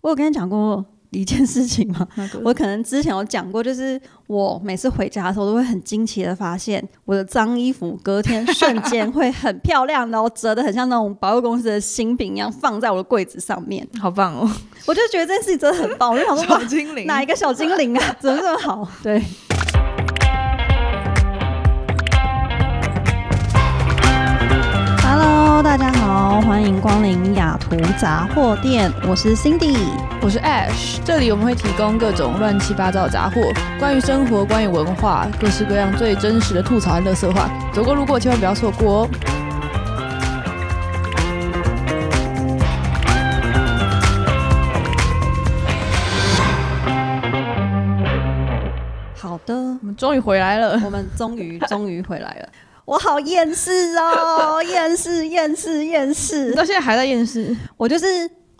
我有跟你讲过一件事情吗？那个我可能之前有讲过，就是我每次回家的时候都会很惊奇的发现，我的脏衣服隔天瞬间会很漂亮，然后折的很像那种百货公司的新品一样放在我的柜子上面。好棒哦，我就觉得这件事情真的很棒，我就想说小哇精灵，哪一个小精灵啊，怎么这么好？对，Hello，大家好，欢迎光临雅图杂货店，我是 Cindy。我是 Ash，这里我们会提供各种乱七八糟的杂货，关于生活，关于文化，各式各样最真实的吐槽和乐色话，走过路过千万不要错过哦。好的我，们终于回来了， 我们终于终于回来了。 我好厌世哦，厌世厌世厌世！ 到现在还在厌世，我就是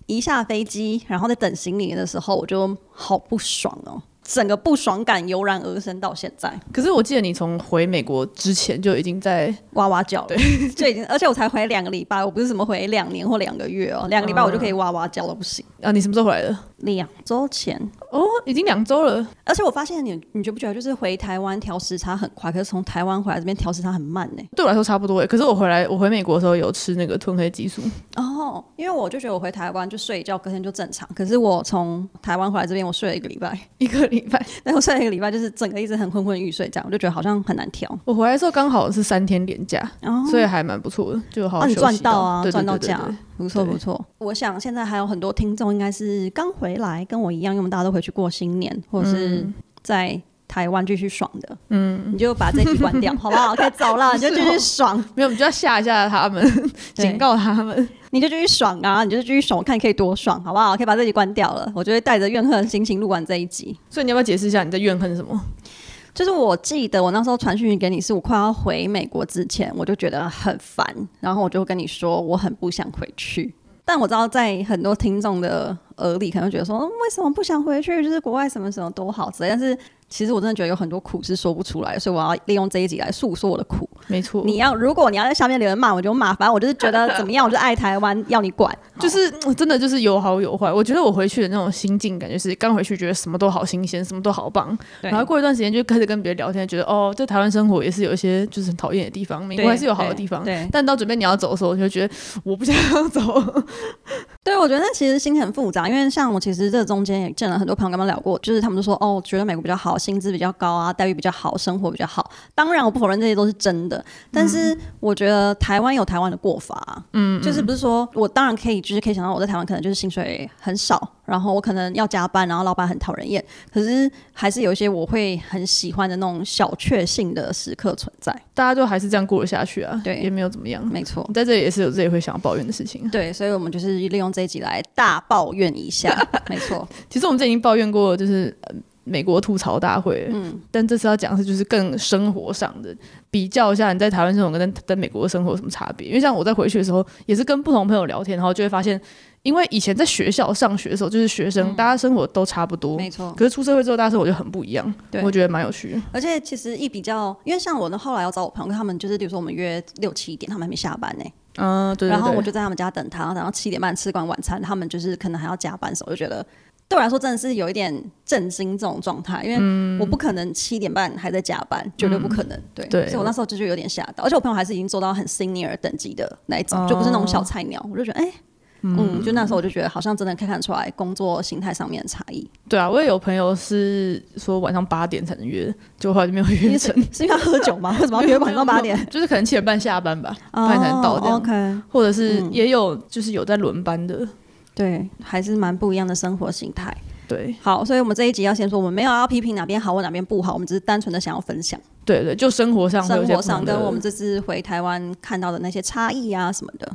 一下飞机，然后在等行李的时候，我就好不爽哦，整个不爽感油然而生到现在，可是我记得你从回美国之前就已经在，哇哇叫了， 就已经，而且我才回两个礼拜，我不是什么回两年或两个月哦，两个礼拜我就可以哇哇叫到不行。啊，你什么时候回来的？两周前，哦，已经两周了，而且我发现你，你觉不觉得就是回台湾调时差很快，可是从台湾回来这边调时差很慢呢、对我来说差不多诶。可是我回来，我回美国的时候有吃那个褪黑激素，哦，因为我就觉得我回台湾就睡一觉，隔天就正常。可是我从台湾回来这边，我睡了一个礼拜， 一个礼拜。但我睡了一个礼拜，就是整个一直很昏昏欲睡，这样我就觉得好像很难调。 我回来的时候刚好是三天连假，哦所以还蛮不错的，就好好啊，休你哦息到、赚到啊，对对赚到对对价对，不错对不错。我想现在还有很多听众应该是刚回来，跟我一样，因为我们大家都回去过新年，或者嗯是在台湾继续爽的。嗯，你就把这集关掉，好 不好？可以走了，你就继续爽，没有，我们就要吓一吓他 们，对警告他们。你就继续爽啊，你就继续爽，看你可以多爽，好不好？可以把这集关掉了，我就会带着怨恨的心情录完这一集。所以你要不要解释一下你在怨恨什么？就是我记得我那时候传讯给你，是我快要回美国之前，我就觉得很烦，然后我就跟你说我很不想回去。但我知道在很多听众的耳里，可能会觉得说、嗯为什么不想回去？就是国外什么什么都好之类。但是其实我真的觉得有很多苦是说不出来，所以我要利用这一集来诉说我的苦。没错，你要如果你要在下面留言骂我就骂，反正我就是觉 得怎么样，我就爱台湾，要你管。就是嗯真的就是有好有坏。我觉得我回去的那种心境，感觉是刚回去觉得什么都好新鲜，什么都好棒，对然后过一段时间就开始跟别人聊天，觉得哦，在台湾生活也是有一些就是很讨厌的地方，美国对还是有好的地方。对，但到准备你要走的时候，我就觉得我不想要走。 对，我觉得那其实心情很复杂，因为像我其实这中间也见了很多朋友，跟他们聊过，就是他们就说哦，觉得美国比较好，薪资比较高啊，待遇比较好，生活比较好。当然，我不否认这些都是真的，但是我觉得台湾有台湾的过法啊，嗯，就是不是说我当然可以，就是可以想到我在台湾可能就是薪水很少，然后我可能要加班，然后老板很讨人厌，可是还是有一些我会很喜欢的那种小确幸的时刻存在。大家就还是这样过了下去啊，对也没有怎么样。没错你。在这里也是有自己会想要抱怨的事情啊。对，所以我们就是利用这一集来大抱怨一下，没 错，其实我们这已经抱怨过，就是、呃美国吐槽大会，嗯，但这次要讲的是就是更生活上的，比较一下你在台湾生活跟在在美国的生活有什么差别？因为像我在回去的时候，也是跟不同朋友聊天，然后就会发现，因为以前在学校上学的时候，就是学生、大家生活都差不嗯多，没错。可是出社会之后，大家生活就很不一样，对我觉得蛮有趣的。而且其实一比较，因为像我呢，后来要找我朋友，他们就是，比如说我们约六七点，他们还没下班呢、嗯，对对对。然后我就在他们家等他，然后七点半吃完晚餐，他们就是可能还要加班的时候，我就觉得对我来说真的是有一点震惊这种状态，因嗯为我不可能七点半还在加班，绝对不可能。对，嗯对所以我那时候就就有点吓到，而且我朋友还是已经做到很 senior 等级的那一种，哦就不是那种小菜鸟，我就觉得哎。嗯，就那时候我就觉得好像真的可以看出来工作形态上面的差异，对啊，我也有朋友是说晚上八点才能约，就后来就没有约成。是因为他喝酒吗？为什么要约晚上 八点？ 就是可能七点半下班吧，八点才能到这样哦、，OK，或者是也有、就是有在轮班的，对，还是蛮不一样的生活形态。对好，所以我们这一集要先说，我们没有要批评哪边好或哪边不好，我们只是单纯的想要分享对对，就生活上会生有一些活不上同的跟我们这次回台湾看到的那些差异啊什么的。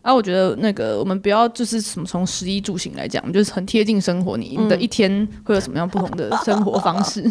啊，我觉得那个我们不要就是什么从食衣住行来嗯讲，就是很贴近生活，你你的一天会有什么样不同的生活方式？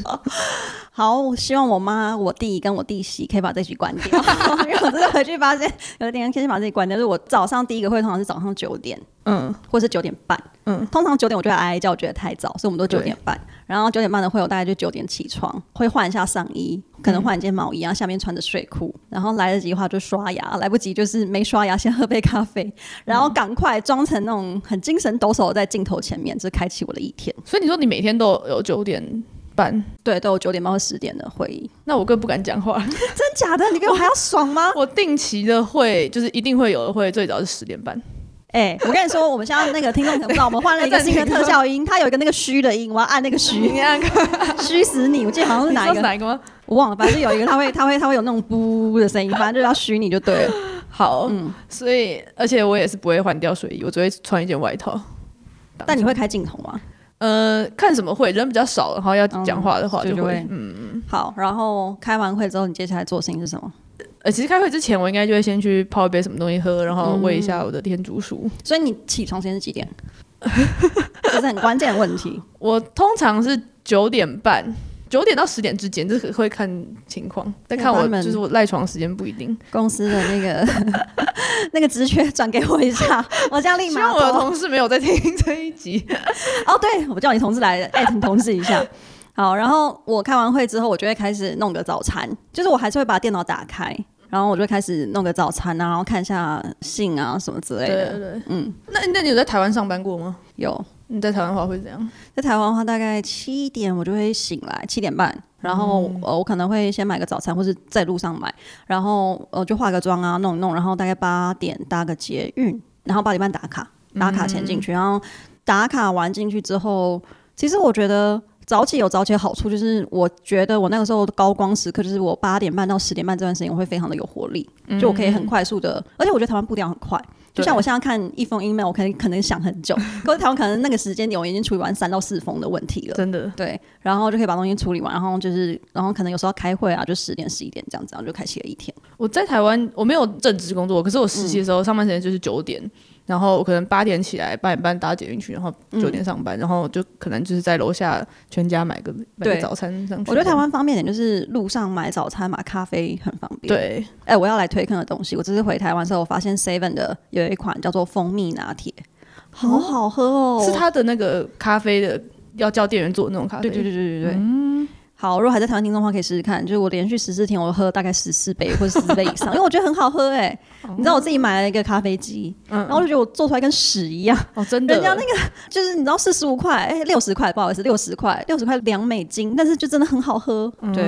好，我希望我妈、我弟跟我弟媳可以把这局关掉， 因为我真的回去发现有点先把自己关掉。就是我早上第一个会通常是早上九点 嗯，或是九点半，嗯嗯，通常九点我就会哀哀叫，觉得太早，所以我们都九对点半。然后九点半的会有大概就九点起床，会换一下上衣，可能换一件毛衣，然后啊下面穿着睡裤。然后来得及的话就刷牙，来不及就是没刷牙，先喝杯咖啡，然后赶快装成那种很精神抖擞的在镜头前面，这开启我的一天。所以你说你每天都有九点半，对，都有九点半或十点的会议，那我更不敢讲话。真假的？你比我还要爽吗？我定期的会就是一定会有的会，最早是十点半。哎、我跟你说，我们现在那个听众可能不知道，我们换了一个新的特效 音，它有一个那个虚的音，我要按那个虚，看看嗯 虚死你！我记得好哦像是哪一个哪一个吗？我忘了，反正就有一个他会，他 会，他会有那种噗的声音，反正就要虚拟就对 了。好，嗯所以而且我也是不会换掉睡衣，我只会穿一件外套。但你会开镜头吗？呃，看什么会人比较少，然后要讲话的话嗯就就会会嗯。好，然后开完会之后，你接下来做的事情是什么？呃，其实开会之前，我应该就会先去泡一杯什么东西喝，然后嗯喂一下我的天竺鼠。所以你起床时间是几 点？这是很关键的问题。我通常是九点半，九点到十点之间，这个会看情况，但看我我专门就是我赖床时间不一定。公司的那个 那个职缺转给我一 下，我家立希马望我的投。同事没有在听这一集。哦，对，我叫你同事来艾特你同事一下。好，然后我开完会之后，我就会开始弄个早餐，就是我还是会把电脑打开，然后我就会开始弄个早餐啊，然后看一下信啊什么之类对的。对对，嗯，那那你有在台湾上班过吗？有。你在台湾的话会怎样？在台湾的话，大概七点我就会醒来，七点半，然后、呃我可能会先买个早餐，或是在路上买，然后呃就化个妆啊，弄一弄，然后大概八点搭个捷运，然后八点半打卡，打卡前进去，然后打卡完进去之后，其实我觉得。早起有早起的好处，就是我觉得我那个时候的高光时刻，就是我八点半到十点半这段时间，我会非常的有活力，就我可以很快速的，而且我觉得台湾步调很快，就像我现在看一封 email，我可能可能想很久，可是台湾可能那个时间点我已经处理完三到四封的问题了。真的，对，然后就可以把东西处理完，然后就是，然后可能有时候开会啊，就十点十一点这样子，然后就开启了一天。我在台湾我没有正职工作，可是我嗯实习的时候、上班时间就是九点，然后我可能八点起来，八点半搭捷运去，然后九点上嗯班，然后就可能就是在楼下全家买个买个对早餐上去。我觉得台湾方便点就是路上买早餐、买咖啡很方便。，对，哎、我要来推坑的东西，我这次回台湾的时候，我发现 Seven 的有一款叫做蜂蜜拿铁，好好喝哦，哦是他的那个咖啡的，要叫店员做的那种咖啡。啊对嗯对对对对对。好，如果还在台湾听众的话，可以试试看。就是我连续十四天，我喝大概十四杯或者十四杯以 上，因为我觉得很好喝哎、你知道我自己买了一个咖啡机，然后我就觉得我做出来跟屎一样。哦，真的。人家那个就是你知道四十五块，哎、六十块，不好意思，六十块，六十块两美金，但是就真的很好喝。对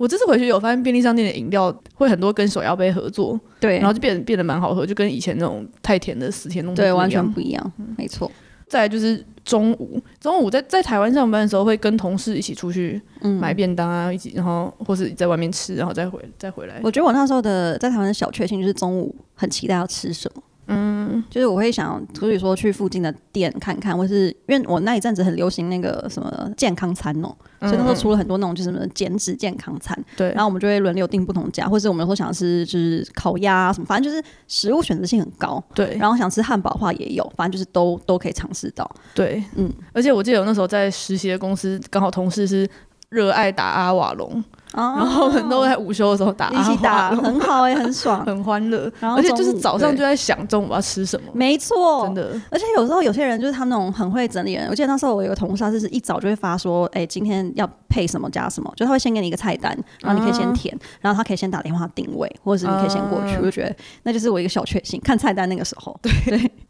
我这次回去有发现便利商店的饮料会很多跟手摇杯合作，对，然后就变变得蛮好喝，就跟以前那种太甜的死甜弄对完全不一样，没错。再来就是中午，中午在在台湾上班的时候会跟同事一起出去嗯买便当啊，一起然后或是在外面吃，然后再回再回来。我觉得我那时候的在台湾的小确幸就是中午很期待要吃什么。嗯，就是我会想，所以说去附近的店看看，或是因为我那一阵子很流行那个什么健康餐哦、所以那时候出了很多那种就是什么减脂健康餐，嗯对，然后我们就会轮流订不同家，或是我们有时候想吃就是烤鸭啊什么，反正就是食物选择性很高。对然后想吃汉堡的话也有，反正就是都都可以尝试到。对，嗯嗯。而且我记得我那时候在实习的公司，刚好同事是热爱打阿瓦隆，啊然后我们都在午休的时候打哦一阿起瓦打隆，很好哎、很 爽，很欢乐。然后而且就是中午早上对就在想中午要吃什么，没错，真的。而且有时候有些人就是他们那种很会整理的人，我记得那时候我有个同事，他就是一早就会发说，哎、今天要配什么加什么，就他会先给你一个菜单，然后你可以先填，然后他可以先打电话定位，或者是你可以先过去，我就觉得那就是我一个小确幸。看菜单那个时候，对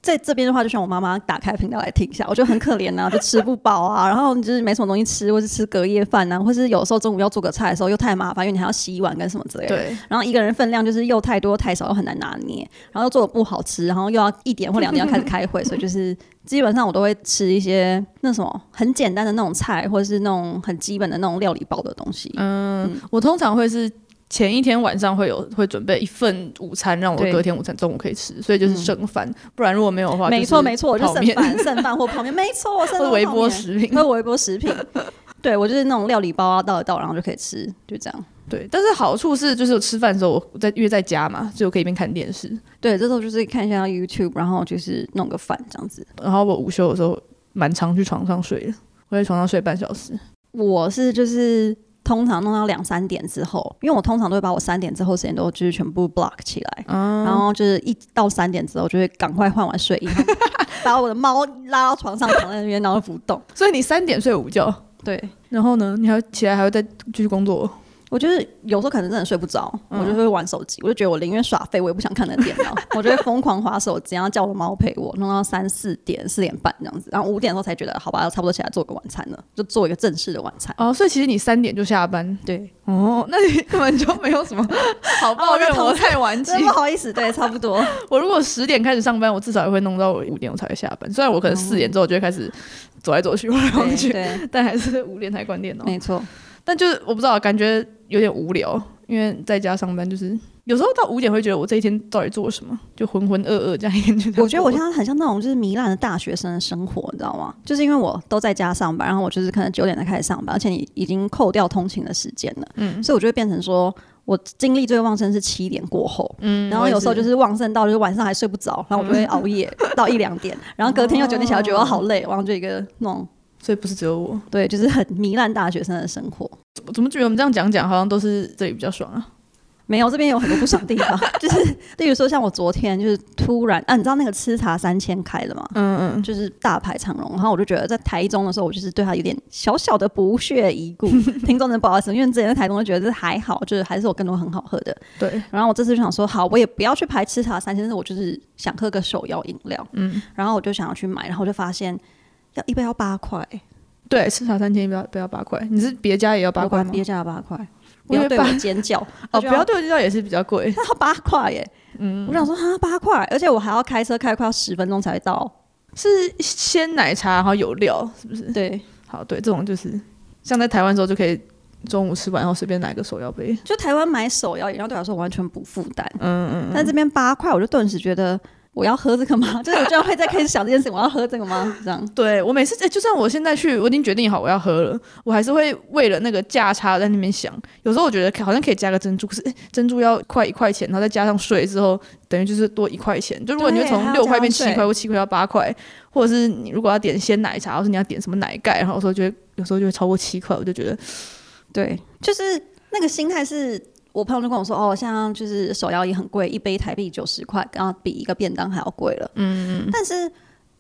在这边的话，就像我妈妈打开频道来听一下，我觉得很可怜啊，就吃不饱啊，然后你就是没什么东西吃，或是吃隔夜饭啊，或是有时候中午要做个菜的时候又太麻烦，因为你还要洗碗跟什么之类的。对，然后一个人分量就是又太多太少，又很难拿捏，然后又做的不好吃，然后又要一点或两点要开始开 会，所以就是基本上我都会吃一些那什么很简单的那种菜，或者是那种很基本的那种料理包的东西。嗯，我通常会是前一天晚上会有会准备一份午餐，让我对嗯隔天午餐中午可以吃，所以就是剩饭，不然如果没有的话，没错没错，我就泡剩 面饭 剩饭或泡面，没错，剩饭 或者或微波泡面，食品。或微波食 品。对我就是那种料理包啊，倒一倒，然后就可以吃，就这样。对，但是好处是就是我吃饭的时候我在因为在家嘛，所以我可以一边看电视，对，这时候就是看一下 YouTube，然后就是弄个饭这样子。然后我午休的时候蛮常去床上睡的，我在床上睡半小时。我是就是通常弄到两三点之后，因为我通常都会把我三点之后时间都就是全部 block 起来，然后就是一到三点之后就会赶快换完睡衣，然 后把我的猫拉到床上躺在那边，然后不动。所以你三点睡午觉，对，然后呢，你还起来还会再继续工作。我就是有时候可能真的睡不着，我就会玩手机，我就觉得我宁愿耍废，我也不想看那电脑，我就会疯狂划手机，然后叫我猫陪我，弄到三四点、四点半这样子，然后五点的时候才觉得好吧，差不多起来做个晚餐了，就做一个正式的晚餐。哦，所以其实你三点就下班。对，哦，那你根本就没有什么 好抱怨哦我在同我太 晚起真。不好意思，对，差不多。我如果十点开始上班，我至少也会弄到我五点我才会下班。虽然我可能四点之后就会开始走来走去、晃来晃哦对，去，对但还是五点才关电脑。没错。但就是我不知道，感觉有点无聊，因为在家上班就是有时候到五点会觉得我这一天到底做了什么，就浑浑噩噩这样一天就这样 过了。我觉得我现在很像那种就是糜烂的大学生的生活，你知道吗？就是因为我都在家上班，然后我就是可能九点才开始上班，而且你已经扣掉通勤的时间了，嗯，所以我就会变成说。我精力最旺盛是七点过后，嗯，然后有时候就是嗯旺盛到就是晚上还睡不着，然后我就会熬夜到一两点，然后隔天又九点起来觉得我好累，然后就一个那种所以不是只有我，对，就是很糜烂大学生的生活。我怎么觉得我们这样讲讲好像都是这里比较爽啊？没有，这边有很多不爽的地方， 就是例如说像我昨天就是突然啊，你知道那个吃茶三千开了吗？嗯嗯，就是大排长龙，然后我就觉得在台中的时候，我就是对他有点小小的不屑一 顾。听众们不好意思，因为之前在台中就觉得这还好，就是还是有更多很好喝的。对，然后我这次就想说，好，我也不要去排吃茶三千，但是我就是想喝个手摇饮料，嗯，然后我就想要去买，然后我就发现要一杯要八块，对，吃茶餐厅不要不要八块，你是别家也要八块我吗管？别家的八块，我不以为要对八我尖叫哦，不要，对我知道也是比较贵。他要八块耶，嗯，我想说哈八块，而且我还要开车开快要十分钟才会到，是鲜奶茶，然后有料，是不是？对，好，对，这种就是像在台湾的时候就可以中午吃完，然后随便拿个手摇杯。就台湾买手摇饮料对我来说完全不负担，嗯嗯但这边八块，我就顿时觉得我要喝这个吗？ 就是我居然会再开始想这件事情，我要喝这个吗？这样嗯，对我每次哎、就算我现在去，我已经决定好我要喝了，我还是会为了那个价差在那边想。有时候我觉得好像可以加个珍珠，可是、哎珍珠要快一块钱，然后再加上税之后，等于就是多一块钱。就如果你对会从还要六块加变上七块，税或七块到八块，或者是你如果要点鲜奶茶，或是你要点什么奶盖，然后我说觉得有时候就会超过七块，我就觉嗯得对，就是那个心态是。我朋友就跟我说，哦，像就是手摇也很贵，一杯台币九十块，然后比一个便当还要贵了。嗯嗯。但是，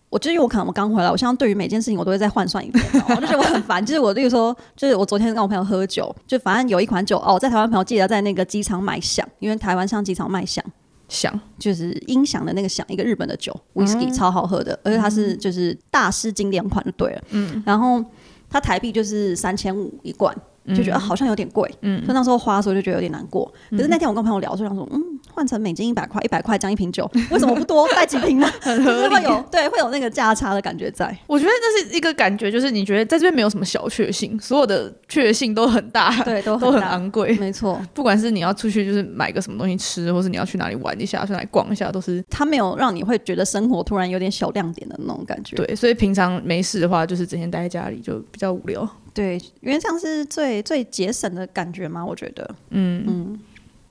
我就是因为我可能我刚回来，我像对于每件事情我都会再换算一遍， 然后我就觉得我很烦。就是我，例如说，就是我昨天跟我朋友喝酒，就反正有一款酒哦，在台湾朋友记得在那个机场买响，因为台湾上机场卖响。想就是音响的那个响，一个日本的酒，whisky 嗯超好喝的，而且它是就是大师经典款就对了。嗯，然后它台币就是三千五一罐，嗯就觉得、啊好像有点贵。嗯，所以那时候花的时候就觉得有点难过。嗯可是那天我跟朋友聊，就想说，嗯，换成美金一百块，一百块这样一瓶酒，为什么不多带几 瓶呢？很就合是理会。有对会有那个价差的感觉在。我觉得这是一个感觉，就是你觉得在这边没有什么小确幸，所有的确幸都很大， 对，都都很大昂贵。没错，不管是你要出去就是买个什么东西吃，或是你要去哪里玩一下，去哪里逛一下，都是它没有让你会觉得生活突然有点小亮点的那种感觉。对。所以平常没事的话，就是整天待在家里就比较无聊。对，因为这样是最最节省的感觉嘛，我觉得。嗯嗯。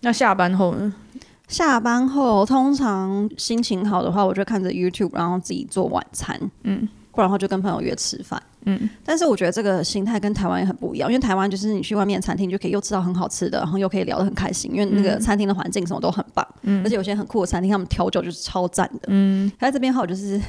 那下班后呢？下班后通常心情好的话，我就看着 YouTube，然后自己做晚餐，嗯，不然的话就跟朋友约吃饭，嗯。但是我觉得这个心态跟台湾也很不一样，因为台湾就是你去外面餐厅就可以又吃到很好吃的，然后又可以聊得很开心，因为那个餐厅的环境什么都很棒，嗯，而且有些很酷的餐厅，他们调酒就是超赞的，嗯。在这边好就是。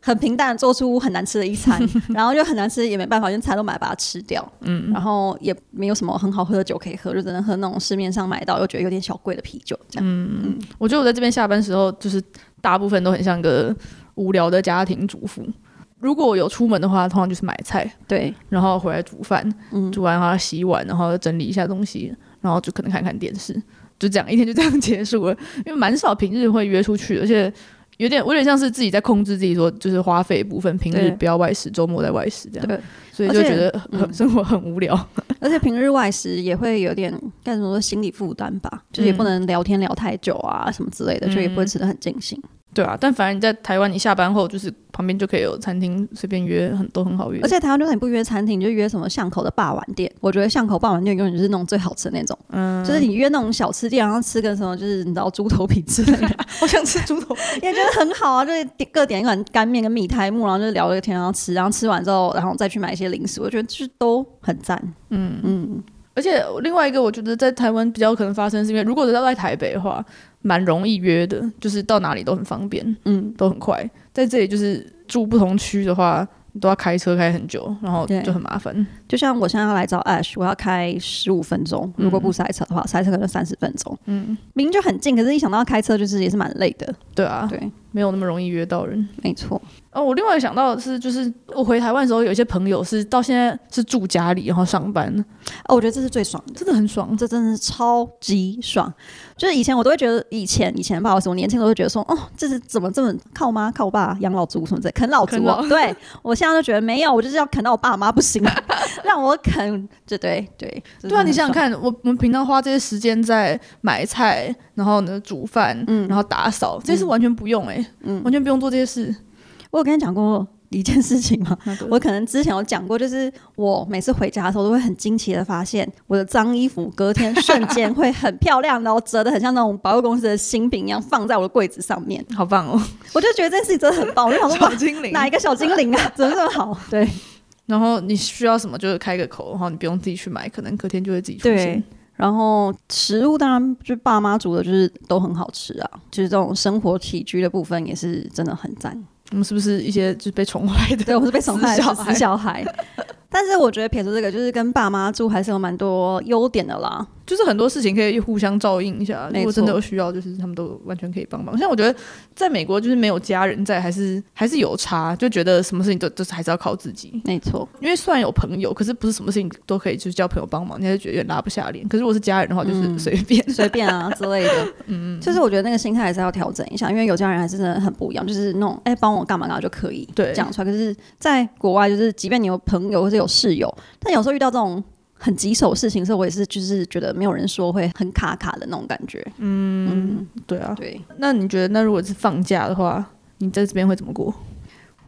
很平淡，做出很难吃的一 餐，然后又很难吃，也没办法，因为菜都买把它吃掉。嗯，然后也没有什么很好喝的酒可以喝，就只能喝那种市面上买到又觉得有点小贵的啤酒这样。我觉得我在这边下班时候，就是大部分都很像个无聊的家庭主妇。如果我有出门的话，通常就是买菜，对，然后回来煮饭，煮完然后洗碗，然后整理一下东西，然后就可能看看电视，就这样一天就这样结束了。因为蛮少平日会约出去，而且有点有点像是自己在控制自己说，就是花费部分平日对不要外食，周末在外食这样，对，所以而就且觉得很、生活很无聊。而且平日外食也会有点该怎么说心理负担吧，就是也不能聊天聊太久啊什么之类的，就也不会吃的很尽兴。对啊，但反正你在台湾，你下班后就是旁边就可以有餐厅，随便约很都很好约。而且台湾就是你不约餐厅，你就约什么巷口的霸碗店，我觉得巷口霸碗店永远就是那种最好吃的那种，嗯，就是你约那种小吃店，然后吃个什么就是你知道猪头皮之类 的，我想吃猪头，也觉得很好啊，就是点各点一碗干面跟米苔木，然后就聊了个天，然后吃，然后吃完之后，然后再去买一些零食，我觉得就是都很赞。嗯嗯，而且另外一个，我觉得在台湾比较可能发生，是因为如果要在台北的话，蛮容易约的，就是到哪里都很方便，嗯，都很快。在这里就是住不同区的话，你都要开车开很久，然后对就很麻烦。就像我现在要来找 Ash，我要开十五分钟，嗯如果不塞车的话，塞车可能三十分钟。嗯，明明就很近，可是一想到开车，就是也是蛮累的。对啊，对，没有那么容易约到人。没错。哦，我另外想到的是，就是我回台湾的时候，有一些朋友是到现在是住家里，然后上班，哦，我觉得这是最爽的。真的很爽。这真的是超级爽！就是以前我都会觉得，以前以前不好意思，我年轻的时候会觉得说，哦，这是怎么这么靠妈靠爸养老族什么之类，啃老族、啃哦老。对我现在就觉得没有，我就是要啃到我爸妈不行， 让我啃，这对对对啊，你想这真的很爽想，看，我我们平常花这些时间在买菜，然后呢煮饭，然后打扫，这些是完全不用哎、完全不用做这些事。我有跟你讲过一件事情吗？那个我可能之前有讲过，就是我每次回家的时候都会很惊奇的发现，我的脏衣服隔天瞬间会很漂亮，然后折的很像那种百货公司的新品一样放在我的柜子上面，好棒 哦，我就觉得这件事情真的很棒，我就想说哇小精灵。哪一个小精灵啊？怎么这么好？对 然后你需要什么就是开个口，然后你不用自己去买，可能隔天就会自己出现对。。然后食物当然就是爸妈煮的，就是都很好吃啊。就是这种生活起居的部分也是真的很赞。我们是不是一些就是被宠坏的？对我是被宠坏的死小是孩死小孩， 但是我觉得撇除这个，就是跟爸妈住还是有蛮多优点的啦。就是很多事情可以互相照应一下。没错如果真的有需要，就是他们都完全可以帮忙。像我觉得在美国，就是没有家人在，还是还是有差，就觉得什么事情都都是还是要靠自己。没错，因为虽然有朋友，可是不是什么事情都可以就是叫朋友帮忙，你还是觉得有点拉不下脸。可是如果是家人的话，就是随便。随便啊之类的。 嗯，就是我觉得那个心态还是要调整一下，因为有家人还是真的很不一样，就是那种哎帮我干嘛干嘛就可以对讲出来。可是，在国外，就是即便你有朋友或者有室友，但有时候遇到这种。很棘手的事情的时候，我也是就是觉得没有人说会很卡卡的那种感觉。嗯对啊，对，那你觉得那如果是放假的话，你在这边会怎么过？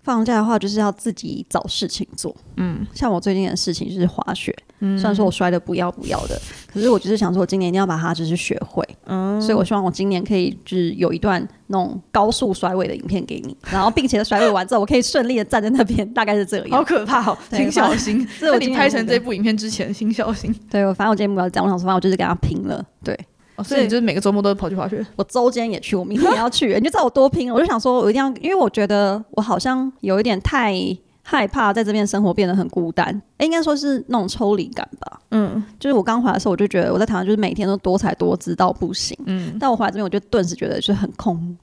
放假的话就是要自己找事情做。嗯，像我最近的事情就是滑雪，虽然说我摔的不要不要的，可是我就是想说，我今年一定要把它就是学会。嗯，所以我希望我今年可以就是有一段那种高速甩尾的影片给你，然后并且甩尾完之后，我可以顺利的站在那边， 大概是这好样。可怕 哦，对请小心！这在我你今年拍成的这部影片之前，请小心。对我，反正我今天目标是这样，我想说，反正我就是跟他拼了。对哦所以你就是每个周末都会跑去滑雪，我周间也去，我明天也要去， 你就知道我多拼了。我就想说，我一定要，因为我觉得我好像有一点太害怕在这边生活变得很孤单，诶应该说是那种抽离感吧。嗯，就是我刚回来的时候，我就觉得我在台湾就是每天都多才多姿到不行，嗯，但我回来这边，我就顿时觉得就是很空，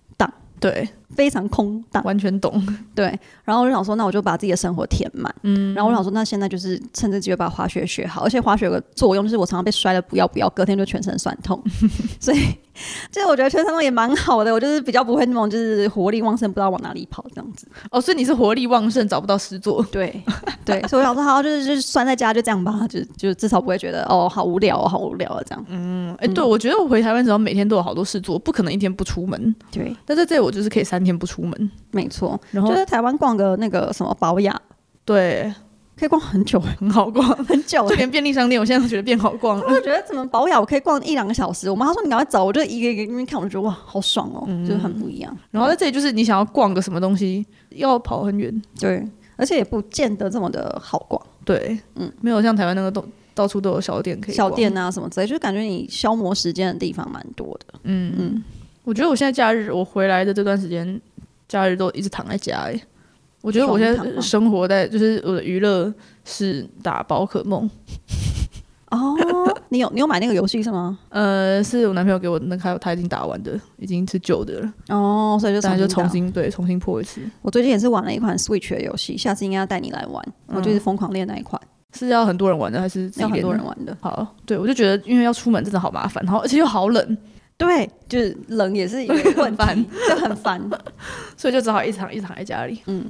对，非常空荡，完全懂。对。然后我就想说，那我就把自己的生活填满，嗯。然后我想说，那现在就是趁这机会把滑雪学好，而且滑雪有个作用就是我常常被摔的不要不要，隔天就全身酸痛，所以这个我觉得全身酸痛也蛮好的，我就是比较不会那种就是活力旺盛，不知道往哪里跑这样子。哦，所以你是活力旺盛，找不到事做。对 对，所以我想说，好，就是就是酸在家就这样吧，就就至少不会觉得哦好无聊哦，好无聊啊这样。嗯，哎、对，我觉得我回台湾之后，每天都有好多事做，不可能一天不出门。对，但在这里，我就是可以三天不出门。没错。然后就，在台湾逛个那个什么保养，对，可以逛很久很好逛，很久就。连便利商店，我现在都觉得变好逛了。我就觉得怎么保养，我可以逛一两个小时。我妈说你赶快走，我就一个一个那边看，我就觉得哇，好爽哦，嗯就是很不一样。然后在这里就是你想要逛个什么东西，要跑很远，对，而且也不见得这么的好逛，对，嗯，没有像台湾那个都到处都有小店可以小逛店。啊什么之类，就是感觉你消磨时间的地方蛮多的。嗯我觉得我现在假日我回来的这段时间，假日都一直躺在家、欸，我觉得我现爽躺在吗生活在就是我的娱乐是打宝可梦，哦，你有你有买那个游戏是 吗？呃，是我男朋友给我的那个，还有他已经打完的，已经是旧的了，哦，所以就但就重打。新对重新破一次，我最近也是玩了一款 Switch 的游戏，下次应该要带你来玩。嗯我就是疯狂练那一款，是要很多人玩的还是自是有很己练的多人？玩 的。好，对我就觉得因为要出门真的好麻烦，然后而且又 好冷，对，就是冷也是有一个问很烦题，就很烦。所以就只好一直躺一直躺在家里。嗯，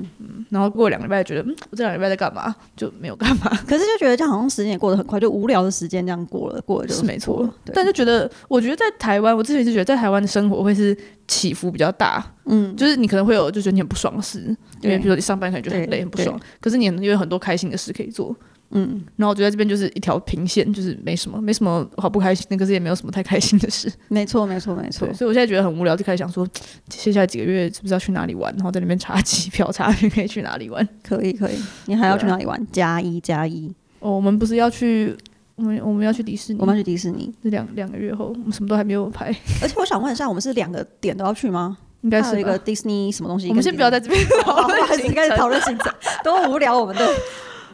然后过两个礼拜觉得，嗯，我这两个礼拜在干嘛？就没有 干嘛，可是就觉得这样好像时间也过得很快，就无聊的时间这样过了，过了就是没错。但但就觉得，我觉得在台湾，我之前就觉得在台湾的生活会是起伏比较大，嗯，就是你可能会有就觉得你很不爽的事，因对为比如说你上班可能觉得很累对很不爽，可是你可能又有很多开心的事可以做。嗯，然后我觉得这边就是一条平线，就是没什么，没什么好不开心的，可是也没有什么太开心的事。没错，没错，没错 对，。所以我现在觉得很无聊，就开始想说，接下来几个月是不是要去哪里玩？然后在那边查机票，查可以去哪里玩。可以，可以。你还要对啊去哪里玩？加一加一，哦，我们不是要去我们我们要去迪士尼，我们要去迪士尼，是两两个月后，我们什么都还没有拍，而且我想问一下，我们是两个点都要去吗？应该还有是一个吧。迪士尼哦什么东西？我们先不 要在这边讨讨论论，行应该是程讨论行 程，多无聊，我们都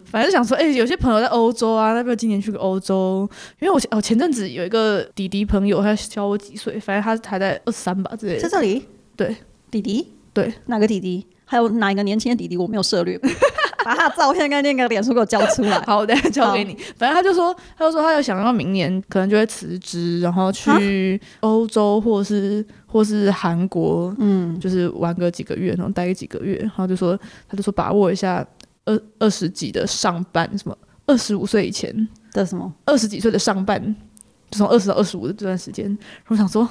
反正想说，哎、有些朋友在欧洲啊，要不要今年去个欧洲？因为我前哦前阵子有一个弟弟朋友，他小我几岁，反正他还在二十三吧之类在的。这里。对，弟弟，对，哪个弟弟？还有哪一个年轻的弟弟？我没有涉猎， 把他的照片跟那个脸书给我交出来。好，我等一下交给你。反正他就说，他就说他有想到明年可能就会辞职，然后去欧洲或是或是韩国，嗯，就是玩个几个月，然后待个几个月，然后就说他就说把握一下二二十几的上半，什么二十五岁以前，的什么？二十几岁的上半，就从二十到二十五的这段时间，我想说，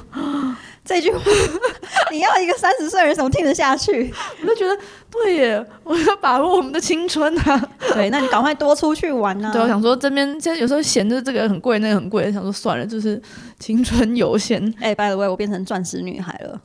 这句话， 你要一个三十岁人怎么听得下去？我就觉得对耶，我要把握我们的青春啊！对，那你赶快多出去玩啊呐、对，我想说这边现在有时候闲着这个很贵，那个很贵，想说算了，就是青春有限。哎、b y the way，我变成钻石女孩了。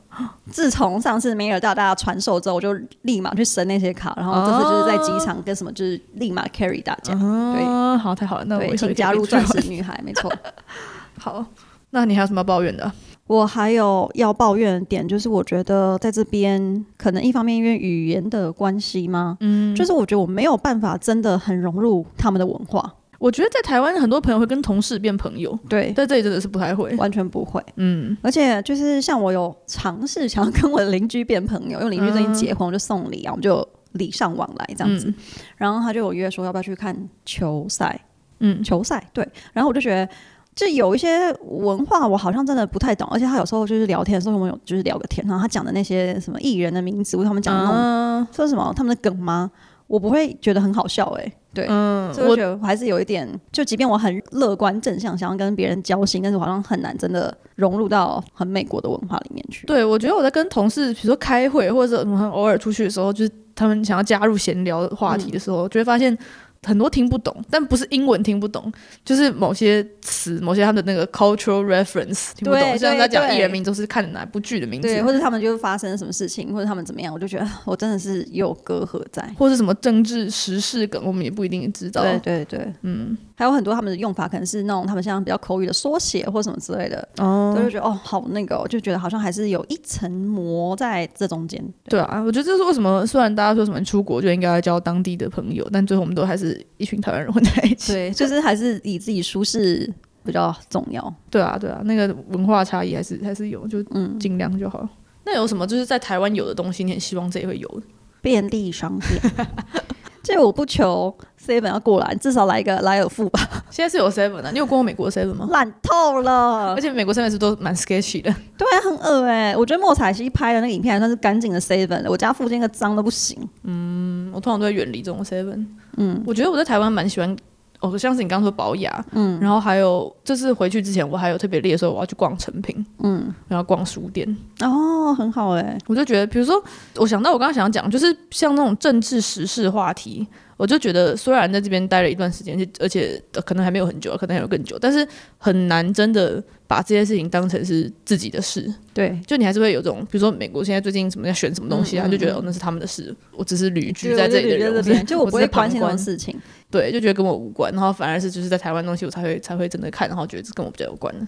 自从上次梅尔大大传授之后，我就立马去升那些卡，然后这次就是在机场跟什么，就是立马 carry 大家。嗯，好，太好了，那我对，以后请也加可以入去钻玩。石女孩，没错。 好，那你还有什么要抱怨的？我还有要抱怨的点，就是我觉得在这边可能一方面因为语言的关系吗？嗯，就是我觉得我没有办法真的很融入他们的文化，我觉得在台湾很多朋友会跟同事变朋友，对，在这里真的是不太会。完全不会。嗯，而且就是像我有尝试想要跟我的邻居变朋友，因为邻居最近结婚，我就送礼啊，我们就礼尚往来这样子。嗯然后他就有约说要不要去看球赛，嗯球赛对。然后我就觉得。就有一些文化，我好像真的不太懂，而且他有时候就是聊天的时候，我们有就是聊个天，然后他讲的那些什么艺人的名字，或者他们讲的那种、嗯说什么他们的梗吗？我不会觉得很好笑哎、对，嗯，所以我我觉得我还是有一点，就即便我很乐观正向，想要跟别人交心，但是我好像很难真的融入到很美国的文化里面去。对我觉得我在跟同事，比如说开会或者我们偶尔出去的时候，就是他们想要加入闲聊话题的时候，就会发现。很多听不懂，但不是英文听不懂，就是某些词、某些他们的那个 cultural reference 听不对懂。像在讲对艺人名，都是看哪部剧的名字，对，或者他们就是发生了什么事情，或者他们怎么样，我就觉得啊我真的是有隔阂在。或是什么政治时事梗，我们也不一定知道。对对对，嗯，还有很多他们的用法可能是那种他们像比较口语的缩写或什么之类的，哦我就觉得哦好那个哦、就觉得好像还是有一层膜在这中间。对啊，我觉得这是为什么，虽然大家说什么出国就应该要交当地的朋友，但最后我们都还是一群台湾人混在一起。 对， 就是还是以自己舒适比较重要。对啊，对啊，那个文化差异还是还是有，就嗯，尽量就好。那有什么就是在台湾有的东西，你很希望这里会有的？便利商店。 这我不求 seven 要过来，至少来一个莱尔富吧，现在是有 Seven 啊，你有逛过美国 Seven 吗？ 烂透了而。且美国 Seven 是都蛮 sketchy 的，对啊，很恶哎、我觉得莫彩曦拍的那个影片还算是干净的 seven，我家附近那个脏的不行。嗯我通常都会远离这种 Seven。嗯，我觉得我在台湾蛮喜欢。哦，像是你刚刚说保雅，嗯，然后还有这次回去之前，我还有特别列说我要去逛成品，嗯，然后逛书店，哦，很好哎、我就觉得，比如说，我想到我刚刚想要讲，就是像那种政治时事话题，我就觉得虽然在这边待了一段时间，就而且、呃可能还没有很久，可能还有更久，但是很难真的把这些事情当成是自己的事。对，就你还是会有种，比如说美国现在最近什么在选什么东西啊，就觉得、哦、那是他们的事，我只是旅居在这里的嗯对人，我我就觉得这边是就我不会是旁关心这观种事情。 对，就觉得跟我无关，然后反而是就是在台湾东西，我才会才会真的看，然后觉得这跟我比较有关的。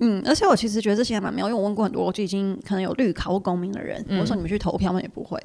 嗯，而且我其实觉得这些还蛮妙，因为我问过很多就已经可能有绿卡或公民的人，嗯我说你们去投票，他们也不会、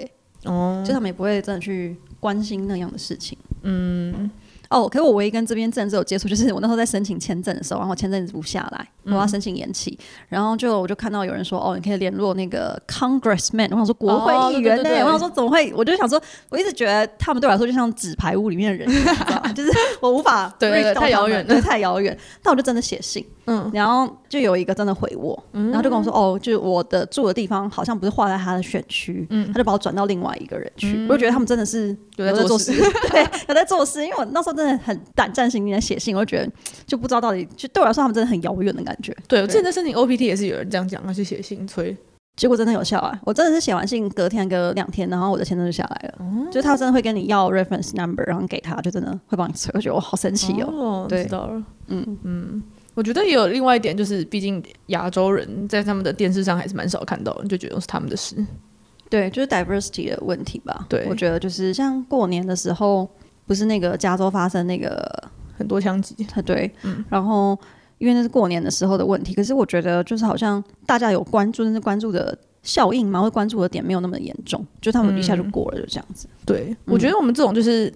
哦就，他们也不会真的去关心那样的事情。嗯哦，可是我唯一跟这边政治有接触，就是我那时候在申请签证的时候，然后我签证一直不下来，我嗯要申请延期，然后就我就看到有人说，哦，你可以联络那个 congressman，我想说国哦会议员对呢、对对对我想说怎么会，我就想说，我一直觉得他们对我来说就像纸牌屋里面的人一样，你知道吗 就是我无法对对对 reach 到太遥他们远了对，太遥远。那我就真的写信，嗯，然后就有一个真的回我，然后就跟我说，哦，就是我的住的地方好像不是划在他的选区，嗯他就把我转到另外一个人去，我就觉得他们真的是有在做做事， 对，有在做事。因为我那时候真的很胆战心惊的写信，我就觉得就不知道到底，就对我来说他们真的很遥远的感觉。对，我之前在申请 OPT 也是有人这样讲，要去写信催。结果真的有效啊！我真的是写完信，隔天隔两天，然后我的签证就下来了。哦就是他真的会跟你要 reference number，然后你给他，就真的会帮你催。我觉得我好神奇哦。对知道了。嗯嗯，我觉得也有另外一点，就是毕竟亚洲人在他们的电视上还是蛮少看到的，就觉得是他们的事。对，就是 diversity 的问题吧。对我觉得就是像过年的时候，不是那个加州发生那个很多枪击。啊，对，然后因为那是过年的时候的问题，可是我觉得就是好像大家有关注，但是关注的效应嘛，会关注的点没有那么严重，就他们一下就过了，就这样子。对，嗯我觉得我们这种就是，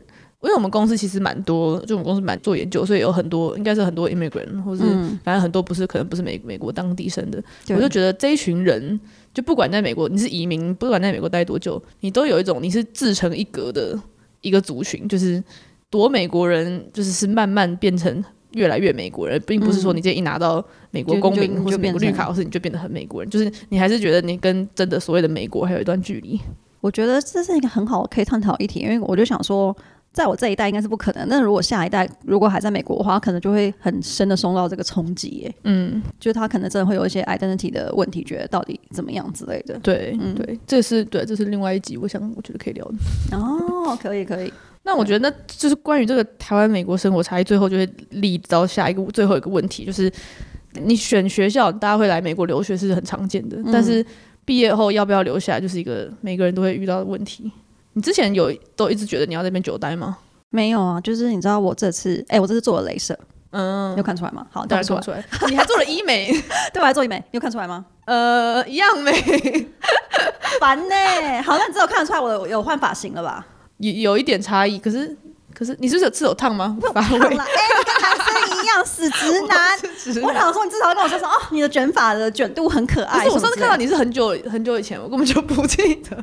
因为我们公司其实蛮多，就我们公司蛮做研究，所以有很多应该是很多 immigrant，或是反正很多不是可能不是美美国当地生的，嗯对我就觉得这一群人，就不管在美国你是移民，不管在美国待多久，你都有一种你是自成一格的一个族群，就是夺美国人，就是是慢慢变成。越来越美国人，并不是说你今天一拿到美国就公就民你或就是美国变成绿卡，或是你就变得很美国人，就是你还是觉得你跟真的所谓的美国还有一段距离。我觉得这是一个很好可以探讨的议题，因为我就想说，在我这一代应该是不可能，但是如果下一代如果还在美国的话，可能就会很深的受到这个冲击耶。嗯，就是他可能真的会有一些 identity 的问题，觉得到底怎么样之类的。对，嗯对，这是对，这是另外一集，我想我觉得可以聊的。哦，可以可以，那我觉得，那就是关于这个台湾美国生活差异，最后就会立到下一个最后一个问题，就是你选学校，大家会来美国留学是很常见的，但是毕业后要不要留下来，就是一个每个人都会遇到的问题。你之前有都一直觉得你要在那边久待吗？没有啊，就是你知道我这次，哎、我这次做了镭射，嗯，有看出来吗？好，当看然不出看来不。出 来，你还做了医 美，对我来做医美，你有看出来吗？呃，一样美，烦呢、好，那你至少看得出来我有换发型了 吧？有有一点差异，可是可是你是不是有是有烫吗？发好尾了，哎、还是一样死直 男。是直我想说，你至少跟我说说哦，你的卷发的卷度很可不爱。是，我上次看到你你是很久很久以前，我根本就不记得。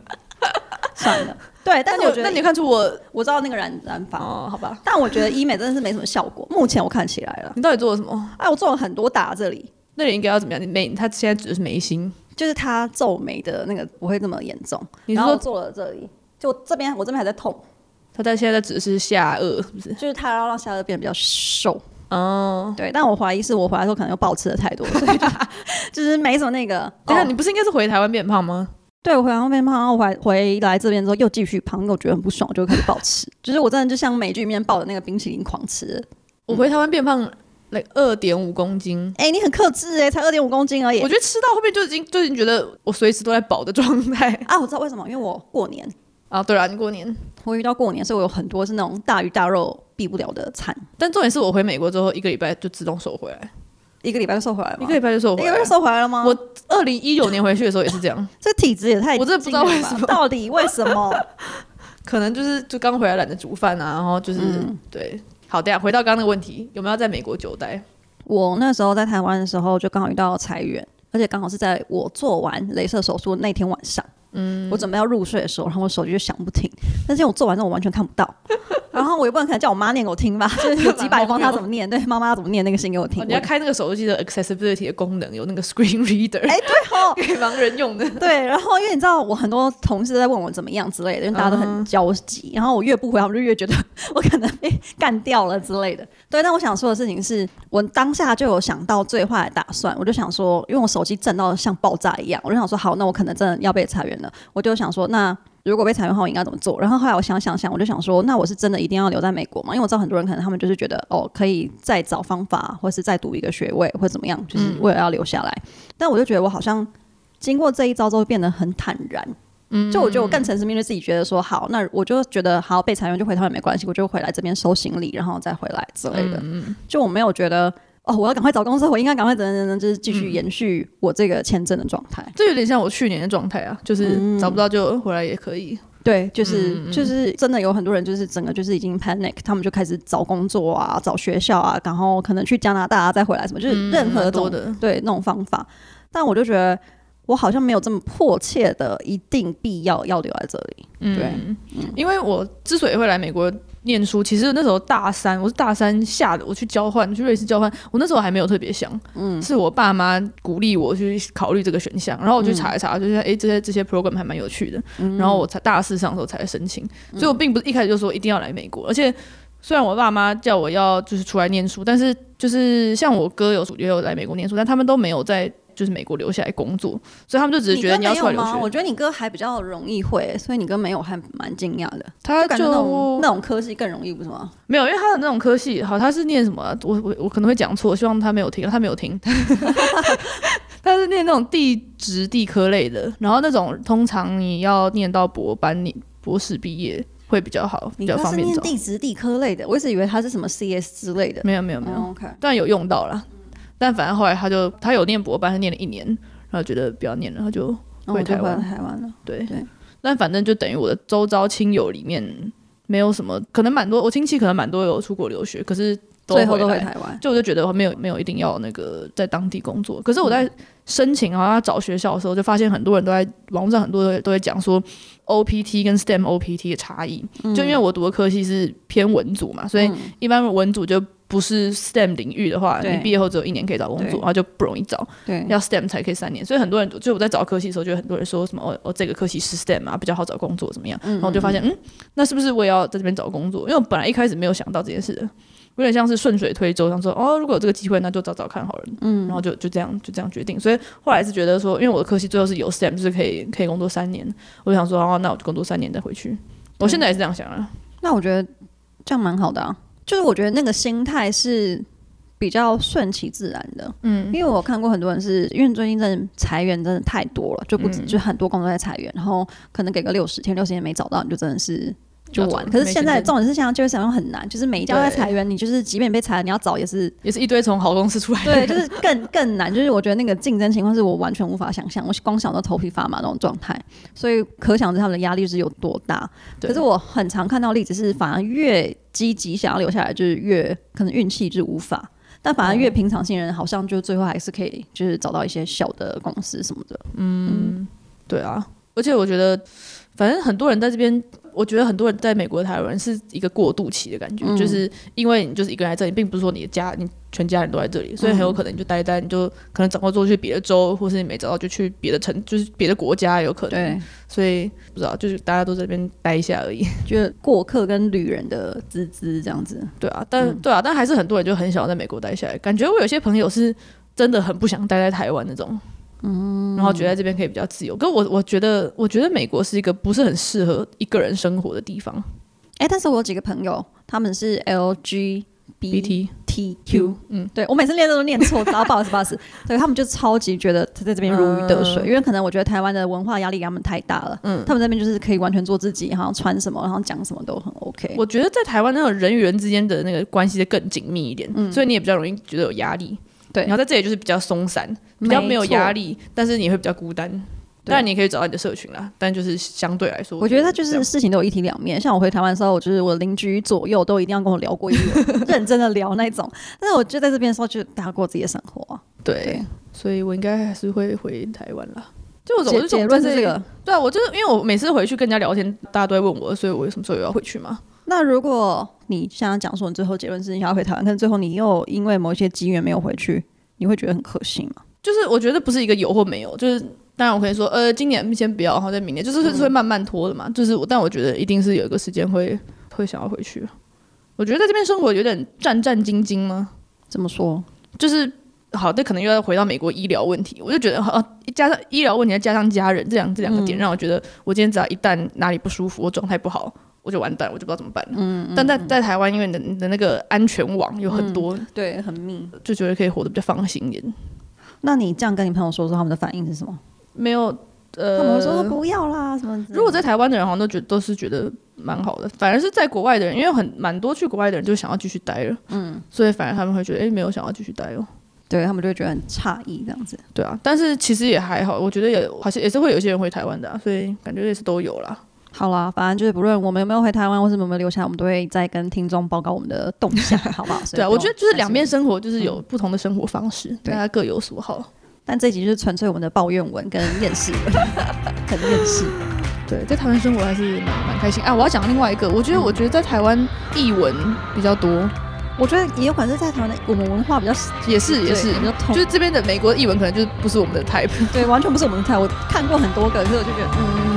算了，对，但是我觉那得你看出我我知道那个染染发， 哦，好吧？但我觉得医美真的是没什么效果。目前我看起来了，你到底做了什么？哎，我做了很多打这里，那你应该要怎么样？你眉，他现在只是眉心，就是它皱眉的那个不会那么严重。你是然后说我做了这里，就这边我这边还在痛，他在现在只是下颚，是不是？就是它要让下颚变得比较瘦。哦，对，但我怀疑是我回来的时候可能又暴吃的太多，所以就 就是没什么那个。等一下，哦你不是应该是回台湾变胖吗？对我回来后变胖，然后我回回来这边之后又继续胖，因为我觉得很不爽，我就开始暴吃。就是我真的就像美剧里面爆的那个冰淇淋狂吃。我回台湾变胖来二点五公斤。哎、你很克制哎、才二点五公斤而已我。觉得吃到后面就已经就已经觉得我随时都在饱的状 态啊，我知道为什么，因为我过年，啊！对了，你过年，我遇到过年，所以我有很多是那种大鱼大肉避不了的餐，但重点是我回美国之后一个礼拜就自动瘦回来，一个礼拜就瘦回来了一吗。个礼拜就瘦一回个来月。瘦回来了吗？我二零一九年回去的时候也是这样，这体质也太我真的不知道惊人了为吧什么到底为什么？可能就是就刚回来懒得煮饭啊，然后就是、对。好，等一下回到刚刚那个问题，有没有在美国久待？我那时候在台湾的时候，就刚好遇到裁员，而且刚好是在我做完镭射手术那天晚上。嗯，我准备要入睡的时候，然后我手机就响不 停，但是我做完之后我完全看不到，然后我也不能可能叫我妈念给我听吧，就是有几百封她怎么念，对，妈妈怎么念那个信给我听哦、，你要开那个手机的 accessibility 的功能，有那个 screen reader，、哎，对哦，给盲人用的。 对，然后因为你知道，我很多同事在问我怎么样之类的，因为大家都很焦急。然后我越不回，我就越觉得 我可能被干掉了之类的。对，但我想说的事情是，我当下就有想到最坏的打算，我就想说，因为我手机震到像爆炸一样，我就想说，好，那我可能真的要被裁员了。我就想说，那如果被裁员的话，我应该怎么做？然后后来我想想想，我就想说，那我是真的一定要留在美国吗？因为我知道很多人可能他们就是觉得，哦，可以再找方法，或是再读一个学位，或怎么样，就是为了要留下来。但我就觉得我好像经过这一招之后变得很坦然。嗯，就我觉得我更诚实面对自己，觉得说好，那我就觉得好被裁员就回台湾没关系，我就回来这边收行李，然后再回来之类的。嗯就我没有觉得哦，我要赶快找公司，我应该赶快怎样怎样怎样，就是继续延续我这个签证的状态。 这有点像我去年的状态啊，就是找不到就回来也可以。对，就是、嗯就是真的有很多人就是整个就是已经 panic，他们就开始找工作啊，找学校啊，然后可能去加拿大啊，再回来什么，就是任何嗯种、蛮多的对那种方法。但我就觉得我好像没有这么迫切的一定必要要留在这里。嗯对，因为我之所以会来美国念书，其实那时候大三，我是大三下的，我去交换，去瑞士交换，我那时候还没有特别想，嗯，是我爸妈鼓励我去考虑这个选项，然后我去查一查，就是哎、诶这些这些 program 还蛮有趣的，嗯然后我才大四上的时候才申请，所以我并不是一开始就说一定要来美国，而且。虽然我爸妈叫我要就是出来念书，但是就是像我哥有也有来美国念书，但他们都没有在就是美国留下来工作，所以他们就只是觉得你你哥要没出来有留吗？我学。觉得你哥还比较容易会，所以你哥没有还蛮惊讶的。他感觉那种那种科系更容易，不是吗？没有，因为他的那种科系，好，他是念什么啊、我我我可能会讲错，希望他没有听，他没有听。 他是念那种地质地科类的，然后那种通常你要念到博班，你博士毕业会比较好，比你较他方是便念找。地质地科类的，我一直以为他是什么 CS 之类的。没有没有没有，嗯 OK，当然有用到啦，但反正后来他就他有念博班，他念了一年，然后觉得不要念了，他就然后我回就台回来湾台湾了。对对但反正就等于我的周遭亲友里面没有什么，可能蛮多我亲戚可能蛮多有出国留学，可是都最后回都回来台湾。就我就觉得我没有没有一定要那个在当地工作，可是嗯我在申请好像找学校的时候，就发现很多人都在网络上很多人都在讲说 OPT 跟 E STEM OPT 的差异，就嗯因为我读的科系是偏文组嘛，所以一般文组就不是 STEM 领域的话，对你毕业后只有一年可以找工作，对然后就不容易找，对，要 STEM 才可以三年，所以很多人就我在找科系的时候，就有很多人说什么哦哦这个科系是 STEM 啊，比较好找工作怎么样，然后我就发现嗯，那是不是我也要在这边找工作？因为我本来一开始没有想到这件事的，有点像是顺水推舟，想说哦如果有这个机会，那就找找看好了，嗯，然后就就这样就这样决定，所以后来是觉得说，因为我的科系最后是有 STEM，就是可以可以工作三年，我就想说哦那我就工作三年再回去，我现在也是这样想啊，那我觉得这样蛮好的啊，就是我觉得那个心态是比较顺其自然的。嗯，因为我看过很多人是因为最近真的裁员真的太多了，就不嗯止、就很多工作在裁员，然后可能给个六十天，六十天没找到，你就真的是。就要完，走可是没现钱在挣重点是现在就业市场很难，就是每一家都在对裁员，你就是即便你被裁了，你要找也 是也是一堆从好公司出来的对，人，就是更更难，就是我觉得那个竞争情况是我完全无法想象，我光想到头皮发麻那种状态，所以可想而知他们的压力是有多大。对可是我很常看到例子是，反而越积极想要留下来，就是越可能运气就是无法。但反而哦越平常心人，好像就最后还是可以，就是找到一些小的公司什么的。对啊，而且我觉得，反正很多人在这边，我觉得很多人在美国台湾是一个过渡期的感觉，就是因为你就是一个人在这里，并不是说你的家你全家人都在这里，所以很有可能你就待一待，你就可能找工作去别的州，或是你没找到就去别的城，就是别的国家也有可能。，所以不知道，就是大家都在这边待一下而已。就是过客跟旅人的资资这样子。对啊，但、嗯对啊，但还是很多人就很想要在美国待下来。感觉我有些朋友是真的很不想待在台湾那种，嗯，然后觉得在这边可以比较自由。可我我觉得，我觉得美国是一个不是很适合一个人生活的地方。哎、但是我有几个朋友，他们是 L G B T T Q，嗯，对我每次念都念错，然 啊后不好意思，不好意思，对他们就超级觉得他在这边如鱼得水，因为可能我觉得台湾的文化压力给他们太大了，嗯，他们那边就是可以完全做自己，好像穿什么，然后讲什么都很 OK，我觉得在台湾那种人与人之间的那个关系更紧密一点，所以你也比较容易觉得有压力。嗯对然后在这里就是比较松散，比较没有没错压力，但是你会比较孤单。当然你可以找到你的社群啦，但就是相对来说，我觉得他就这是样事情都有一体两面。像我回台湾的时候，我就是我邻居左右都一定要跟我聊过一轮， 认真的聊那种。但是我就在这边的时候，就大家过自己的生活啊。对对，所以我应该还是会回台湾啦。就我结总结论是这个，。对啊，我就是因为我每次回去跟人家聊天，大家都会问我，所以我什么时候有要回去嘛？那如果你现在讲说你最后结论是你想要回台湾，但是最后你又因为某一些机缘没有回去，你会觉得很可惜吗？就是我觉得不是一个有或没有，就是当然我可以说，呃，今年先不要，然后再明年，就是是会慢慢拖的嘛。就是我，但我觉得一定是有一个时间会会想要回去。我觉得在这边生活有点战战兢兢吗？怎么说？就是好，这可能又要回到美国医疗问题。我就觉得，啊，加上医疗问题，再加上家人这两这两个点，让我觉得，我今天只要一旦哪里不舒服，我状态不好，我就完蛋，我就不知道怎么办了。但在在台湾，因为你的你的那个安全网有很多，对，很密。就觉得可以活得比较放心一点。那你这样跟你朋友说的时候，他们的反应是什么？没有，呃，他们会说不要啦，什么之类的？如果在台湾的人好像都觉都是觉得蛮好的，反而是在国外的人，因为很蛮多去国外的人就想要继续待了，嗯，所以反而他们会觉得，哎、没有想要继续待哦。对他们就会觉得很诧异这样子。对啊，但是其实也还好，我觉得也好像也是会有一些人回台湾的、啊，所以感觉也是都有啦。好啦，反正就是不论我们有没有回台湾，或是我们有没有留下来，我们都会再跟听众报告我们的动向， 好不好？所以对啊，不我用觉得就是担两心边。生活就是有不同的生活方式，嗯对大家各有所好。但这一集就是纯粹我们的抱怨文跟厌世文， 很厌世。对，在台湾生活还是蛮蛮开心啊！我要讲另外一个，我嗯觉得我觉得在台湾译文比较多， 我觉得也有可能是在台湾的我们文化比较也是也是对比，较就痛，是这边的美国译文可能就是不是我们的 type。对，完全不是我们的菜。我看过很多个，所以我就觉得嗯，